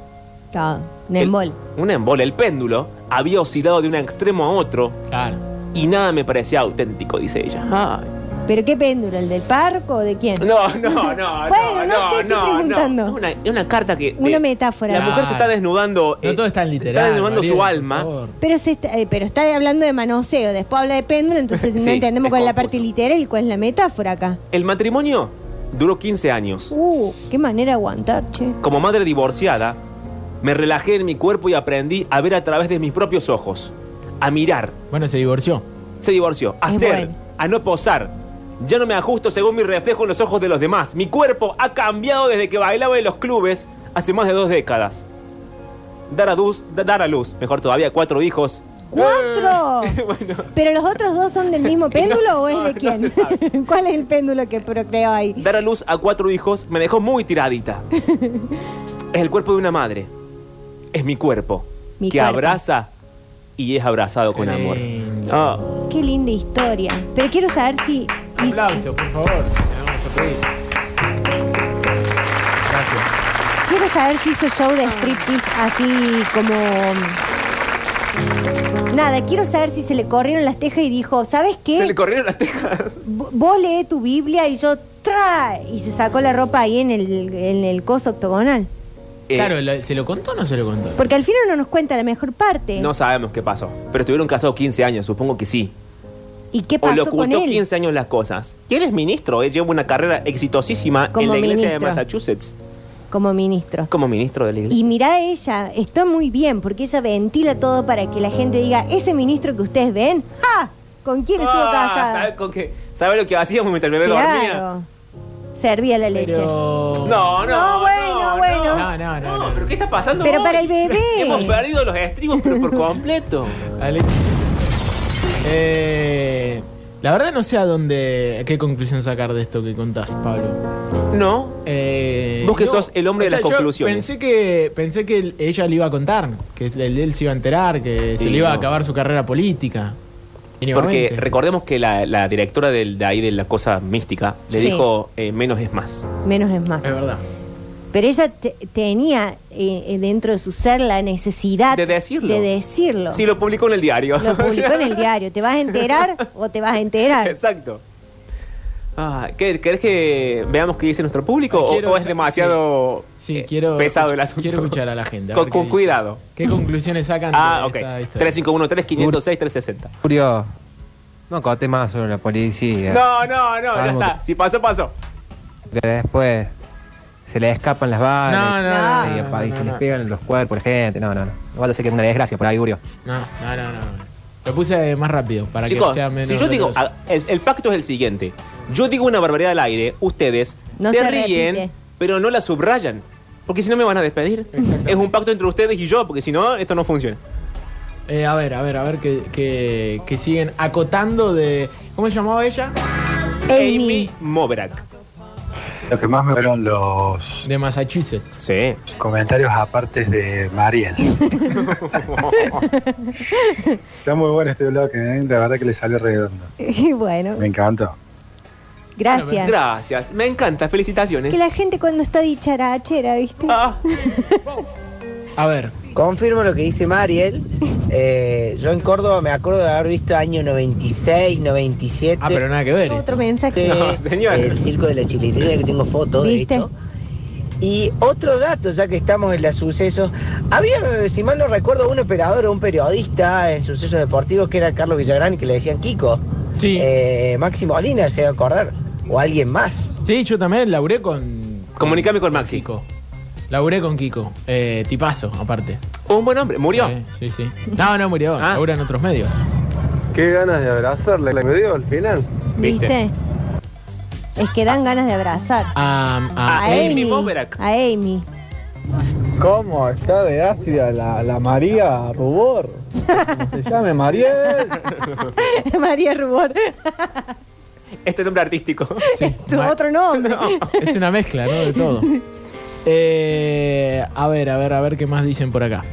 S13: está, un embol.
S12: Un embole, el péndulo, había oscilado de un extremo a otro
S11: Claro.
S12: y nada me parecía auténtico, dice ella.
S13: ¿Pero qué péndulo? ¿El del parco o de quién?
S12: Ah. No, no, no,
S13: Bueno, no sé,
S12: no,
S13: estoy
S12: no, no,
S13: preguntando.
S12: Es Una, es una carta que...
S13: Una
S12: eh,
S13: metáfora.
S12: La mujer se está desnudando...
S11: No
S12: eh,
S11: todo es tan
S12: está
S11: literal.
S12: desnudando su
S11: Mariel,
S12: alma.
S11: por favor.
S13: Pero, se está, eh, pero está hablando de manoseo, después habla de péndulo, entonces
S12: Sí,
S13: no entendemos
S12: es
S13: cuál es la
S12: confuso.
S13: parte literal y cuál es la metáfora acá.
S12: El matrimonio duró 15 años.
S13: Uh, qué manera de aguantar, che.
S12: Como madre divorciada, me relajé en mi cuerpo y aprendí a ver a través de mis propios ojos, a mirar.
S11: Bueno, se divorció.
S12: Se divorció, a
S13: Es
S12: ser,
S13: bueno.
S12: a no posar. Ya no me ajusto según mi reflejo en los ojos de los demás. Mi cuerpo ha cambiado desde que bailaba en los clubes hace más de dos décadas. Dar a luz, da- dar a luz, mejor todavía, cuatro hijos.
S13: ¡Cuatro!
S12: Bueno,
S13: ¿Pero los otros dos son del mismo péndulo o es
S12: no,
S13: de
S12: no
S13: quién?
S12: se sabe.
S13: ¿Cuál es el péndulo que procreó ahí?
S12: dar a luz a cuatro hijos me dejó muy tiradita. es el cuerpo de una madre. Es mi cuerpo.
S13: Mi
S12: que
S13: cuerpo.
S12: abraza y es abrazado con amor. Ah,
S13: Qué linda historia. Pero quiero saber si. y si-
S11: Aplauso, por favor. Le vamos a pedir. Gracias.
S13: Quiero saber si hizo show de striptease así como. mm, Nada, quiero saber si se le corrieron las tejas y dijo, ¿sabes
S12: se le
S13: qué?
S12: corrieron las tejas.
S13: V- Vos lee tu Biblia y yo tra y se sacó la ropa ahí en el, en el coso octogonal.
S12: Eh,
S11: Claro, ¿lo- ¿se lo contó o no se lo contó?
S13: Porque al final no nos cuenta la mejor parte.
S12: No sabemos qué pasó. Pero estuvieron casados 15 años, supongo que sí.
S13: ¿Y qué
S12: O le
S13: pasó con
S12: ocultó
S13: él?
S12: 15 años las cosas. Y él es ministro, él lleva una carrera exitosísima
S13: Como
S12: en la iglesia de
S13: ministro.
S12: Massachusetts.
S13: Como ministro.
S12: Como ministro de la iglesia.
S13: Y mirá a ella, está muy bien, porque ella ventila todo para que la gente diga, ese ministro que ustedes ven, ¡ja! ¿Con quién estuvo
S12: Ah,
S13: casada?
S12: ¿sabe, con qué? ¿Sabe lo que hacíamos mientras el bebé dormía?
S13: Claro. Servía la leche.
S11: Pero.
S12: No, no,
S13: No, bueno,
S12: ¿qué está pasando?
S13: Pero
S12: hoy?
S13: para el bebé.
S12: Hemos perdido los estribos, pero por completo.
S11: Ale- Eh, la verdad no sé a dónde, a qué conclusión sacar de esto que contás, Pablo.
S12: No.
S11: Eh,
S12: Eh, Vos que sos el hombre de las
S11: yo
S12: conclusiones.
S11: Pensé que, pensé que él- ella le iba a contar, que él, él se iba a enterar, que se
S12: Sí,
S11: le iba a
S12: no.
S11: acabar su carrera política.
S12: Porque
S11: mínimamente.
S12: recordemos que la, la directora del, de ahí de la cosa mística le
S13: Sí.
S12: dijo eh, menos es más.
S13: Menos es más.
S11: Es verdad.
S13: Pero ella te- tenía eh, eh, dentro de su ser la necesidad
S12: De decirlo.
S13: de decirlo.
S12: Sí, lo publicó en el diario.
S13: Lo publicó en el diario. ¿Te vas a enterar o te vas a enterar?
S12: Exacto. Ah, ¿qué- ¿Querés que veamos qué dice nuestro público? ¿O,
S11: Ah, Quiero-
S12: o es demasiado eh,
S11: Sí, quiero,
S12: pesado el asunto?
S11: quiero escuchar a la gente. a
S12: Con,
S11: ver
S12: con
S11: qué dice.
S12: cuidado.
S11: ¿Qué conclusiones sacan
S12: Ah,
S11: de
S12: ok.
S11: esta historia?
S12: 351 3506 360
S5: Julio, no cote más sobre la policía.
S12: No, no, no, ya
S5: Sabemos
S12: está. Si pasó, pasó.
S5: Que después se le escapan las balas.
S11: No, no, no,
S5: y,
S11: no,
S5: apa- y
S11: no,
S5: se
S11: no.
S5: les pegan en los cuerpos, la gente. No, no, no. No vaya a ser que es una desgracia por ahí, Julio.
S11: No, no, no, no. Lo puse más rápido para que
S12: Chicos,
S11: sea menos.
S12: si yo digo,
S11: doloroso.
S12: ah, el, el pacto es el siguiente. Yo digo una barbaridad al aire, ustedes
S13: No
S12: se,
S13: se
S12: ríen,
S13: repite.
S12: pero no la subrayan. Porque si no me van a despedir. Es un pacto entre ustedes y yo, porque si no, esto no funciona. ah,
S11: Eh, a ver, a ver, a ver que, que, que siguen acotando de. ¿Cómo se llamaba ella?
S13: Amy.
S12: Mobrak.
S1: Lo que más me fueron los
S11: de Massachusetts.
S12: Sí.
S1: comentarios apartes de Mariel. Está muy bueno este bloque, ¿eh? la verdad que le sale redondo.
S13: Y bueno,
S1: Me encantó.
S13: gracias.
S12: Gracias. Me encanta. Felicitaciones.
S13: Que la gente cuando está dicharachera, ¿viste?
S12: Ah,
S11: A ver.
S19: Confirmo lo que dice Mariel. Eh, yo en Córdoba me acuerdo de haber visto año 96, 97.
S11: Ah, pero nada que ver.
S13: Otro mensaje.
S19: de- El circo de la chilindrina que tengo fotos de
S13: ¿Viste?
S19: esto. Y otro dato, ya que estamos en la sucesos, había, eh, si mal no recuerdo, un operador o un periodista en sucesos deportivos que era Carlos Villagrán y que le decían Kiko.
S11: Sí.
S19: Eh, Máximo Olina, se va a acordar. O alguien más.
S11: Sí, yo también laburé con.
S12: Comunicame con Maxi.
S11: Kiko. Laburé con Kiko. Eh, tipazo, aparte.
S12: Un buen hombre. Murió. Ah.
S11: Sí, sí. No, no murió. Labura en otros medios.
S1: Qué ganas de abrazarle, me dio al final.
S13: ¿Viste? Es que dan ganas de abrazar.
S11: A,
S1: a Amy Boverack.
S13: A Amy.
S1: ¿Cómo está de ácida la, la María Rubor? ¿Cómo se llame Mariel?
S13: María Rubor.
S12: Este nombre artístico.
S13: Tu otro nombre.
S11: Es una mezcla, ¿no? De todo. Eh, a ver, a ver, a ver qué más dicen por acá.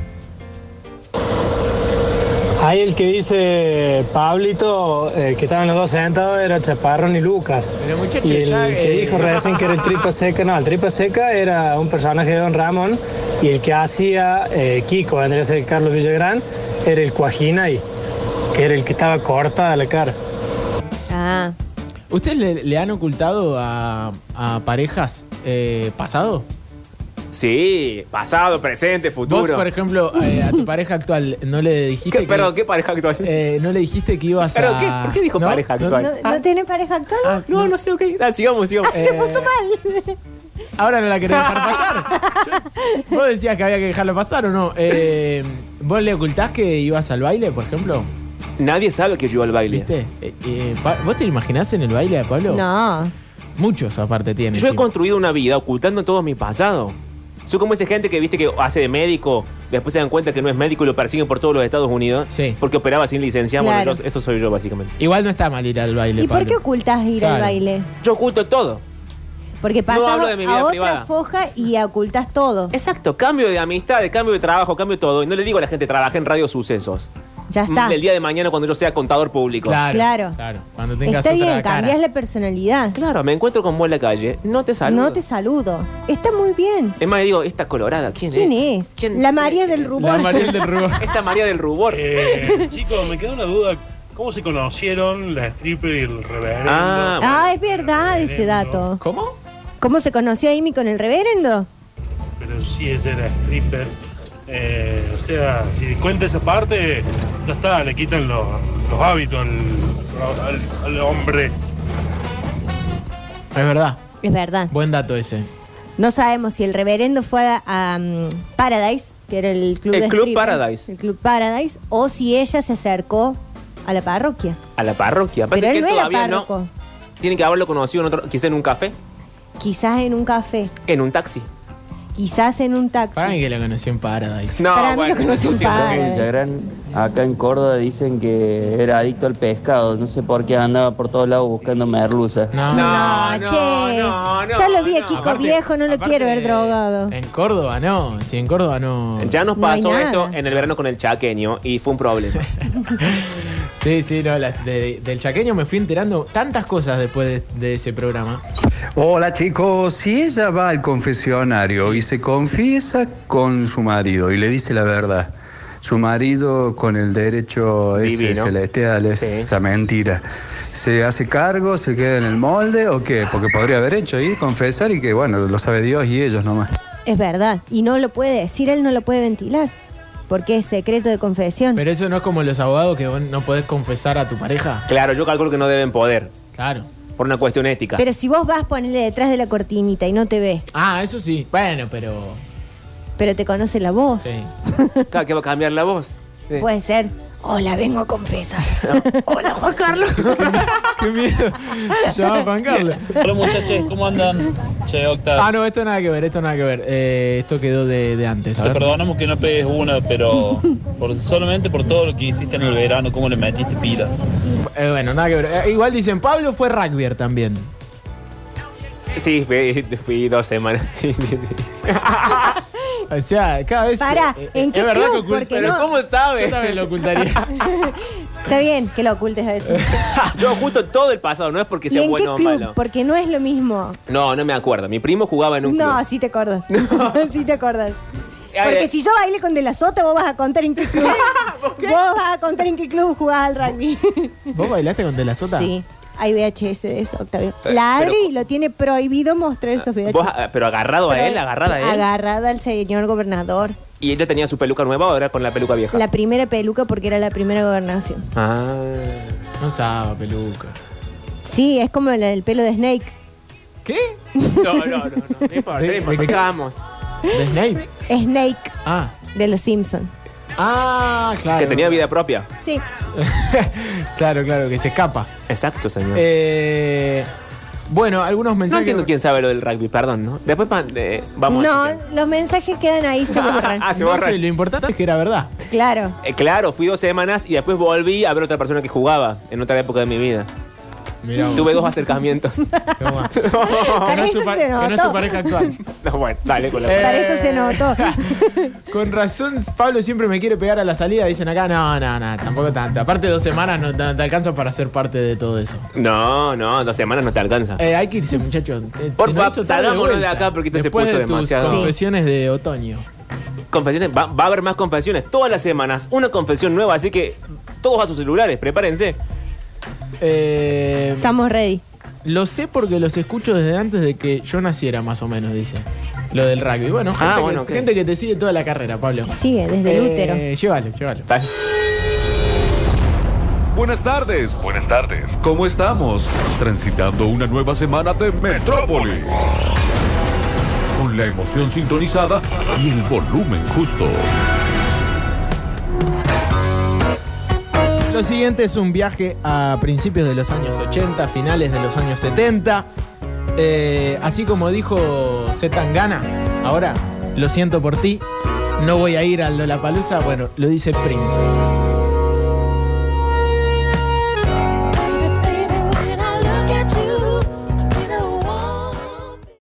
S6: Hay el que dice Pablito, eh, que estaban los dos sentados, era Chaparrón y Lucas.
S11: Pero muchacho,
S6: y el
S11: ya,
S6: que
S11: eh.
S6: dijo recién que era el Tripa Seca, no, el Tripa Seca era un personaje de Don Ramón y el que hacía eh, Kiko, vendría a ser Carlos Villagrán, era el Cuajinay, que era el que estaba corta la cara.
S13: Ah.
S11: ¿Ustedes le, le han ocultado a, a parejas eh, pasado?
S12: Sí, pasado, presente, futuro.
S11: Vos, por ejemplo, eh, a tu pareja actual, ¿no le dijiste
S12: ¿Qué,
S11: que...
S12: perdón, ¿qué pareja actual?
S11: eh, ¿No le dijiste que ibas
S12: ¿Pero
S11: a...?
S12: qué? ¿Por qué dijo
S11: ¿No?
S12: pareja
S11: ¿No?
S12: actual?
S13: ¿No, no tiene pareja actual?
S12: no, no, sé, ok. Ah, sigamos, sigamos. Eh.
S13: Se puso mal.
S11: Ahora no la querés dejar pasar. Yo- vos decías que había que dejarlo pasar, ¿o no? Eh, ¿Vos le ocultás que ibas al baile, por ejemplo?
S12: Nadie sabe que yo iba al baile.
S11: ¿Viste? Eh, eh, Pa- ¿Vos te imaginás en el baile de Pablo?
S13: No.
S11: Muchos aparte tienen.
S12: Yo he construido una vida ocultando todo mi pasado. Soy como esa gente que viste que hace de médico, después se dan cuenta que no es médico y lo persiguen por todos los Estados Unidos. Porque operaba sin licencia. Bueno,
S13: Claro.
S12: yo- eso soy yo, básicamente.
S11: Igual no está mal ir al baile,
S13: ¿Y por qué
S11: Pablo.
S13: ocultás ir al
S11: Claro.
S13: baile?
S12: Yo oculto todo.
S13: Porque
S12: No hablo
S13: pasas
S12: de mi vida
S13: a otra
S12: privada.
S13: foja y ocultás todo.
S12: Exacto. Cambio de amistad, cambio de trabajo, cambio todo. Y no le digo a la gente, trabaja en Radio Sucesos.
S13: Ya está.
S12: Mm, El día de mañana cuando yo sea contador público.
S13: Claro, Claro.
S11: Cuando tengas
S13: Está
S11: otra
S13: bien,
S11: cara.
S13: cambiás la personalidad.
S12: Claro, me encuentro con vos en la calle, no te saludo.
S13: No te saludo. Está muy bien.
S12: Es más, digo, esta colorada, ¿quién,
S13: ¿Quién es? la María del Rubor.
S12: Esta María del Rubor.
S24: Eh, chicos, me queda una duda. ¿Cómo se conocieron la stripper y el reverendo?
S13: ah, es verdad ese dato.
S11: ¿Cómo?
S13: ¿Cómo se conoció Amy con el reverendo?
S24: Pero sí, ella era stripper. Eh, o sea, si cuenta esa parte, ya está, le quitan los, los hábitos al, al- al hombre.
S11: Es verdad.
S13: Es verdad.
S11: Buen dato ese.
S13: No sabemos si el reverendo fue a, a, um, Paradise, que era el club
S12: El
S13: de
S12: Club
S13: stripper,
S12: Paradise.
S13: El Club Paradise, o si ella se acercó a la parroquia.
S12: A la parroquia. Parece
S13: Pero él
S12: que
S13: no era
S12: todavía
S13: párroco.
S12: no. Tienen que haberlo conocido en otro, quizá en un café,
S13: Quizás en un café.
S12: en un taxi.
S13: Quizás en un taxi.
S11: Para mí que lo conoció en Paradise.
S13: No, Para mí bueno, lo conoció en
S4: Jorge
S13: Paradise.
S4: Villagrán, acá en Córdoba dicen que era adicto al pescado. No sé por qué andaba por todos lados buscando merluza.
S11: No,
S13: No, Ah, che. ya lo vi a Kiko
S11: Aparte-
S13: viejo, no lo quiero ver drogado.
S11: En Córdoba no, si en Córdoba no.
S12: Ya nos
S13: No hay
S12: pasó
S13: nada.
S12: esto en el verano con el chaqueño y fue un problema.
S11: Sí, sí, no, las de- del chaqueño me fui enterando tantas cosas después de, de ese programa.
S7: Hola chicos, si ella va al confesionario y se confiesa con su marido y le dice la verdad, su marido con el derecho ese
S12: Divino.
S7: celestial, es
S12: Sí.
S7: esa mentira, ¿se hace cargo, se queda en el molde o qué? Porque podría haber hecho ir, confesar y que bueno, lo sabe Dios y ellos nomás.
S13: Es verdad. Y no lo puede decir, él no lo puede ventilar. Porque es secreto de confesión.
S11: Pero eso no es como los abogados que vos no podés confesar a tu pareja.
S12: Claro, yo calculo que no deben poder.
S11: Claro.
S12: Por una cuestión ética.
S13: Pero si vos vas, ponele detrás de la cortinita y no te ve,
S11: Ah, eso sí. Bueno, pero.
S13: pero te conoce la voz.
S11: Sí.
S12: Claro, que va a cambiar la voz. Sí.
S13: Puede ser. Hola, vengo a confesar. Hola, Juan Carlos.
S11: Qué miedo. Ya va a pancarla.
S8: Hola muchachos, ¿cómo andan? Che, Octa.
S11: Ah, no, esto nada que ver, esto nada que ver. Eh, esto quedó de, de antes. a
S8: Te
S11: ver.
S8: perdonamos que no pegues una, pero por- solamente por todo lo que hiciste en el verano, cómo le metiste pilas.
S11: Eh, bueno, nada que ver. Eh, igual dicen, Pablo fue rugbyer también.
S12: Sí, fui, fui dos semanas. Sí, sí, sí.
S11: O sea, cada vez.
S13: Pará,
S11: eh,
S13: ¿en
S11: eh,
S13: qué
S11: es verdad
S13: club?
S11: que oculta-
S13: Porque
S11: Pero
S13: no-
S11: ¿cómo sabe? Yo también lo ocultaría.
S13: Está bien que lo ocultes a veces.
S12: Yo oculto todo el pasado, no es porque
S13: ¿Y
S12: sea
S13: en qué
S12: bueno o
S13: club?
S12: malo.
S13: Porque no es lo mismo.
S12: No, no me acuerdo. Mi primo jugaba en un
S13: No,
S12: club.
S13: sí te acordás. sí te acordás. Porque
S12: eh.
S13: si yo bailé con De La Sota, vos vas a contar en qué club. Vos vas a contar en qué club jugás al rugby.
S11: ¿Vos bailaste con De La Sota?
S13: Sí. Hay VHS de eso, Octavio.
S12: Eh,
S13: La
S12: pero-
S13: Adri lo tiene prohibido mostrar esos VHS.
S12: Vos, ah, pero agarrado a él, agarrada a él.
S13: Agarrada al señor gobernador.
S12: ¿Y ella tenía su peluca nueva o era con la peluca vieja?
S13: La primera peluca porque era la primera gobernación.
S12: Ah.
S11: No usaba peluca.
S13: Sí, es como el, el pelo de Snake.
S11: ¿Qué?
S12: No, no, no, no. No importa, no importa. Sigamos.
S11: ¿De Snape?
S13: Snake
S11: Ah.
S13: de los Simpsons.
S11: Ah, claro.
S12: Que tenía vida propia.
S13: Sí.
S11: Claro, claro, que se escapa.
S12: Exacto, señor.
S11: Eh, bueno, algunos
S12: no
S11: mensajes.
S12: entiendo quién sabe lo del rugby, perdón, ¿no? Después pa- eh, vamos a
S13: no, los mensajes quedan ahí, se borran.
S12: Ah, se borran.
S11: Lo importante es que era verdad.
S13: Claro.
S12: Eh, claro, fui dos semanas y después volví a ver otra persona que jugaba en otra época de mi vida.
S11: Mirá vos.
S12: Tuve dos acercamientos.
S13: Para eso se
S11: que no es
S13: notó.
S11: tu pareja actual.
S12: No, bueno, dale con la
S11: Eh,
S13: Para eso se notó.
S11: Con razón, Pablo siempre me quiere pegar a la salida. Dicen acá, no, no, no, tampoco tanto. Aparte, dos semanas no te, te alcanza para ser parte de todo eso.
S12: No, no, dos semanas no te alcanza.
S11: Eh, hay que irse, muchachos. Eh,
S12: Por
S11: se nos
S12: fa-
S11: hizo tarde
S12: salgámonos
S11: vuelta.
S12: de acá porque esto se
S11: Después
S12: puso
S11: de tus
S12: demasiado.
S11: confesiones de otoño.
S12: Confesiones, va, va a haber más confesiones todas las semanas. Una confesión nueva, así que todos a sus celulares, prepárense.
S11: Eh,
S13: Estamos ready.
S11: Lo sé porque los escucho desde antes de que yo naciera, más o menos, dice. Lo del rugby. Bueno,
S12: Ah,
S11: gente, que-
S12: bueno,
S11: gente
S12: ok.
S11: que, te sigue toda la carrera, Pablo. Eh,
S13: Sigue desde el útero.
S11: Llévalo, llévalo.
S21: Buenas tardes, buenas tardes. ¿Cómo estamos? Transitando una nueva semana de Metrópolis. Con la emoción sintonizada y el volumen justo.
S11: Lo siguiente es un viaje a principios de los años 80, finales de los años 70. Eh, así como dijo Zetangana, ahora lo siento por ti, no voy a ir a Lollapalooza, bueno, lo dice Prince.